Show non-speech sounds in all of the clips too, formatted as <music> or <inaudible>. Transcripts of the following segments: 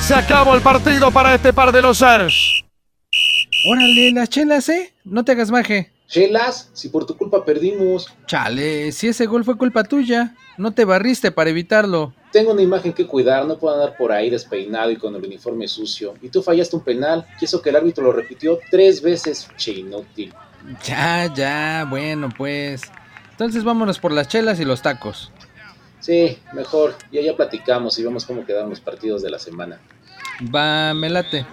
se acabó el partido para este par de los Ars. Órale, las chelas, ¿eh? No te hagas maje. Chelas, si por tu culpa perdimos. Chale, si ese gol fue culpa tuya, no te barriste para evitarlo. Tengo una imagen que cuidar, no puedo andar por ahí despeinado y con el uniforme sucio. Y tú fallaste un penal, y eso que el árbitro lo repitió tres veces. Che, inútil. Ya, ya, bueno, pues. Entonces vámonos por las chelas y los tacos. Sí, mejor. Ya ya platicamos y vemos cómo quedaron los partidos de la semana. Va, me late.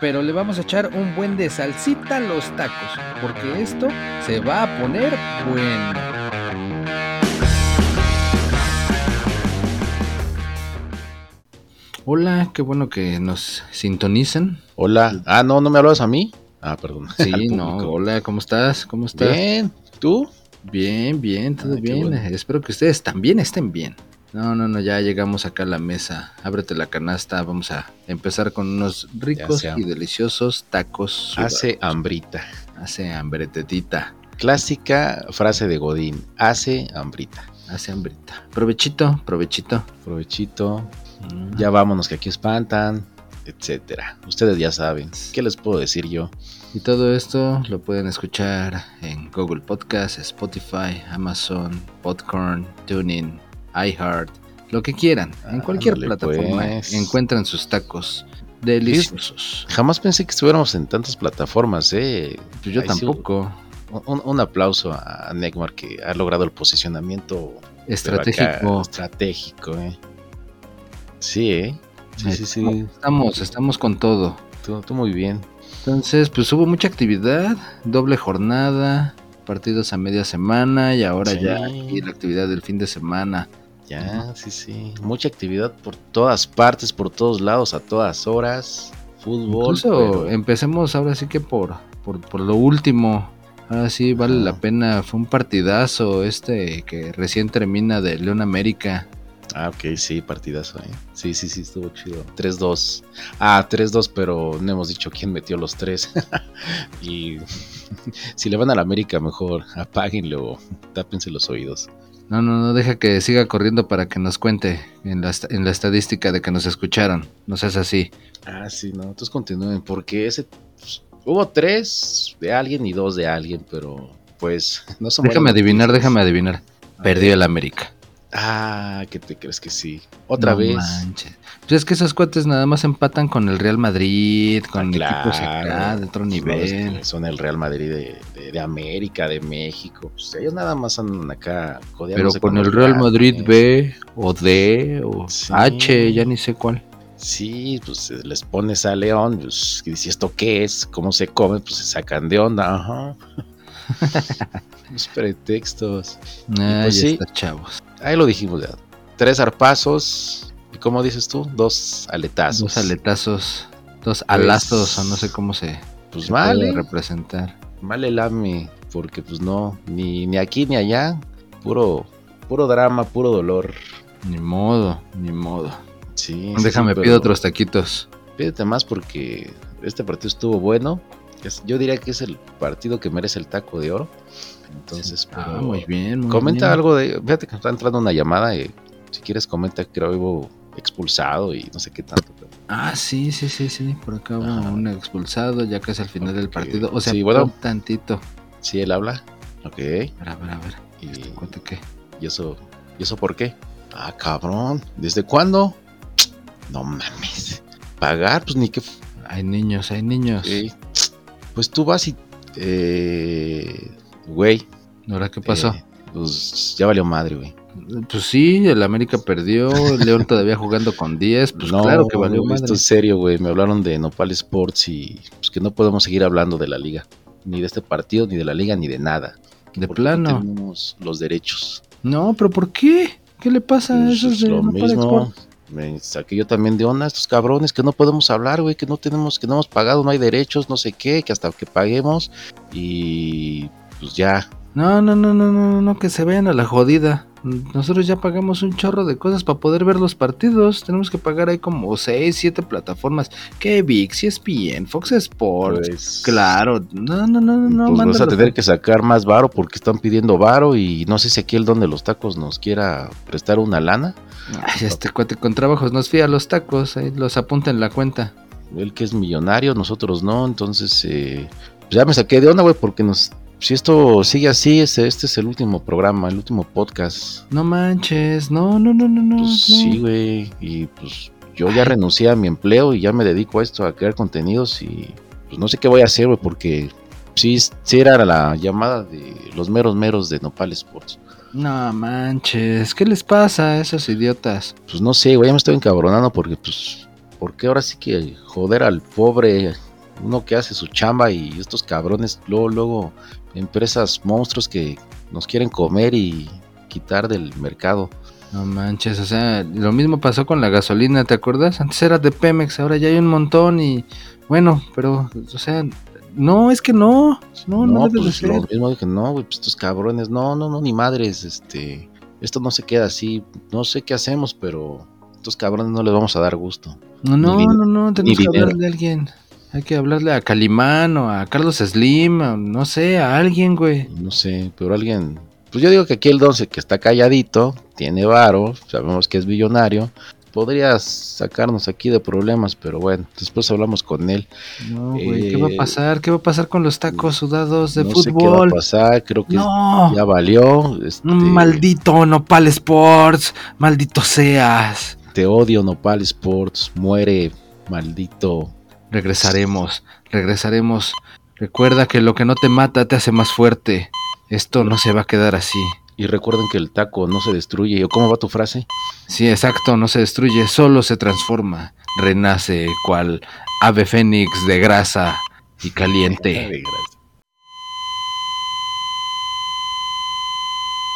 Pero le vamos a echar un buen de salsita a los tacos, porque esto se va a poner bueno. Hola, qué bueno que nos sintonizan. Hola. Ah, no, no me hablabas a mí. Ah, perdón. Sí, no. Hola, ¿cómo estás? ¿Cómo estás? Bien, ¿tú? Bien, bien, todo Ah, qué bien. bueno. Espero que ustedes también estén bien. No, no, no, ya llegamos acá a la mesa. Ábrete la canasta, vamos a empezar con unos ricos sea. y deliciosos tacos. sudados. Hace hambrita. hace hambretetita, Clásica frase de Godín. Hace hambrita. hace hambrita. Provechito, provechito. Provechito. Mm. Ya vámonos que aquí espantan. Etcétera. Ustedes ya saben. ¿Qué les puedo decir yo? Y todo esto lo pueden escuchar en Google Podcast, Spotify, Amazon, Podcorn, TuneIn, iHeart, lo que quieran. En cualquier Ándale, plataforma pues. encuentran sus tacos deliciosos. Jamás pensé que estuviéramos en tantas plataformas, ¿eh? Pues yo Ay, sí, tampoco. Un, un aplauso a Neckmar que ha logrado el posicionamiento pero acá, Estratégico. estratégico, ¿eh? Sí, ¿eh? Sí, sí, sí. Estamos, estamos con todo. Tú, tú muy bien. Entonces, pues hubo mucha actividad, doble jornada, partidos a media semana y ahora Sí. ya aquí la actividad del fin de semana. Ya, sí, sí. Mucha actividad por todas partes, por todos lados, a todas horas. Fútbol. Incluso pero- empecemos ahora sí que por, por, por lo último. Ahora sí vale Ajá. la pena. Fue un partidazo este que recién termina de León América. Ah, ok, sí, partidazo, ¿eh? Sí, sí, sí, estuvo chido. 3-2. Ah, 3-2, pero no hemos dicho quién metió los tres. <laughs> y <laughs> si le van a la América, mejor apáguenlo, tápense los oídos. No, no, no, deja que siga corriendo para que nos cuente en la, est- en la estadística de que nos escucharon. No seas así. Ah, sí, no, entonces continúen, porque ese. pues, hubo tres de alguien y dos de alguien, pero pues <laughs> no son Déjame buenas adivinar, noticias. déjame adivinar. A Perdió ver. el América. Ah, ¿qué te crees que sí? Otra No vez. manches. Pues es que esos cuates nada más empatan con el Real Madrid, Ah, con equipos acá claro. de otro Pues, no, es que nivel. son el Real Madrid de, de- de América, de México. Pues ellos nada más andan acá Pero codeándose con el los Real Madrid grandes. B o D o Sí. H, ya ni sé cuál. Sí, pues les pones a León, pues, y dices, ¿esto qué es? ¿Cómo se come? Pues se sacan de <laughs> onda, ajá. Los pretextos. Ah, pues ya sí. está, chavos. Ahí lo dijimos ya. Tres arpazos. ¿Y cómo dices tú? Dos aletazos. Dos aletazos, dos alazos, o no sé cómo se, Pues se puede vale. representar. mal el AME, porque pues no, ni, ni aquí ni allá, puro, puro drama, puro dolor. Ni modo, ni modo. Sí. Déjame, pedir pido otros taquitos. Pídete más porque este partido estuvo bueno. Es- yo diría que es el partido que merece el taco de oro. Entonces, Ah, pero- muy bien. muy comenta bien. algo de. Fíjate que está entrando una llamada y si quieres comenta que creo hubo expulsado y no sé qué tanto. pero- Ah, sí, sí, sí, sí. Por acá hubo Ajá. un expulsado, ya casi al final del Ok. partido. O sea, Sí, bueno. un tantito. Sí, él habla. Ok. A ver, a ver, a ver. Y, Este cuate que- y eso. ¿Y eso por qué? Ah, cabrón. ¿Desde cuándo? No mames. Pagar, pues ni que Hay niños, hay niños. Sí. Pues tú vas y. eh, Güey. ¿Ahora qué pasó? eh, pues ya valió madre, güey. Pues sí, el América perdió, el León todavía jugando con 10, pues claro que valió güey, madre. Esto es serio, güey. Me hablaron de Nopal Sports y pues que no podemos seguir hablando de la liga. Ni de este partido, ni de la liga, ni de nada. de porque No plano. tenemos los derechos. No, pero ¿por qué? ¿Qué le pasa a Pues, esos es de lo Nopal mismo. Export? Me saqué yo también de onda, estos cabrones que no podemos hablar, güey, que no tenemos, que no hemos pagado, no hay derechos, no sé qué, que hasta que paguemos y pues ya, No, no, no, no, no, no, que se vayan a la jodida. Nosotros ya pagamos un chorro de cosas para poder ver los partidos. Tenemos que pagar ahí como 6, 7 plataformas. E Que VIX, ESPN, Fox Sports. Pues, Claro, no, no, no, no, no. pues vas a mándalo. tener que sacar más varo porque están pidiendo varo y no sé si aquí el don de los tacos nos quiera prestar una lana. Ay, este cuate con trabajos nos fía los tacos, ahí los apunta en la cuenta. Él que es millonario, nosotros no. Entonces, eh, pues ya me saqué de onda, güey, porque nos, si esto sigue así, este, este es el último programa, el último podcast. No manches, no, no, no, no, no. Pues no. sí, güey. Y pues yo ya renuncié a mi empleo y ya me dedico a esto, a crear contenidos y pues no sé qué voy a hacer, güey, porque sí, sí era la llamada de los meros meros de Nopal Sports. No manches, ¿qué les pasa a esos idiotas? Pues no sé, güey, ya me estoy encabronando porque pues, ¿por qué ahora sí que joder al pobre, uno que hace su chamba y estos cabrones, luego, luego, empresas monstruos que nos quieren comer y quitar del mercado. No manches, o sea, lo mismo pasó con la gasolina, ¿te acuerdas? Antes era de Pemex, ahora ya hay un montón y bueno, pero, o sea, no, es que no, no, no, debe de pues ser. lo mismo dije, no, güey, pues estos cabrones, no, no, no, ni madres, este, esto no se queda así, no sé qué hacemos, pero estos cabrones no les vamos a dar gusto. No, no, ni din- no, no, tenemos que dinero. hablarle a alguien. Hay que hablarle a Calimán o a Carlos Slim, o no sé, a alguien, güey. No sé, pero alguien, pues yo digo que aquí el 12 que está calladito, tiene varo, sabemos que es billonario, podría sacarnos aquí de problemas, pero bueno, después hablamos con él. No, güey, ¿qué va Eh, a pasar? ¿Qué va a pasar con los tacos sudados de no sé qué va a fútbol? pasar, creo que No, ya valió. Este, maldito Nopal Sports, maldito seas. Te odio, Nopal Sports, muere, maldito. Regresaremos, regresaremos. Recuerda que lo que no te mata te hace más fuerte. Esto no se va a quedar así. Y recuerden que el taco no se destruye. ¿O cómo va tu frase? Sí, exacto, no se destruye, solo se transforma. Renace cual ave fénix de grasa y Ay, caliente. gracias.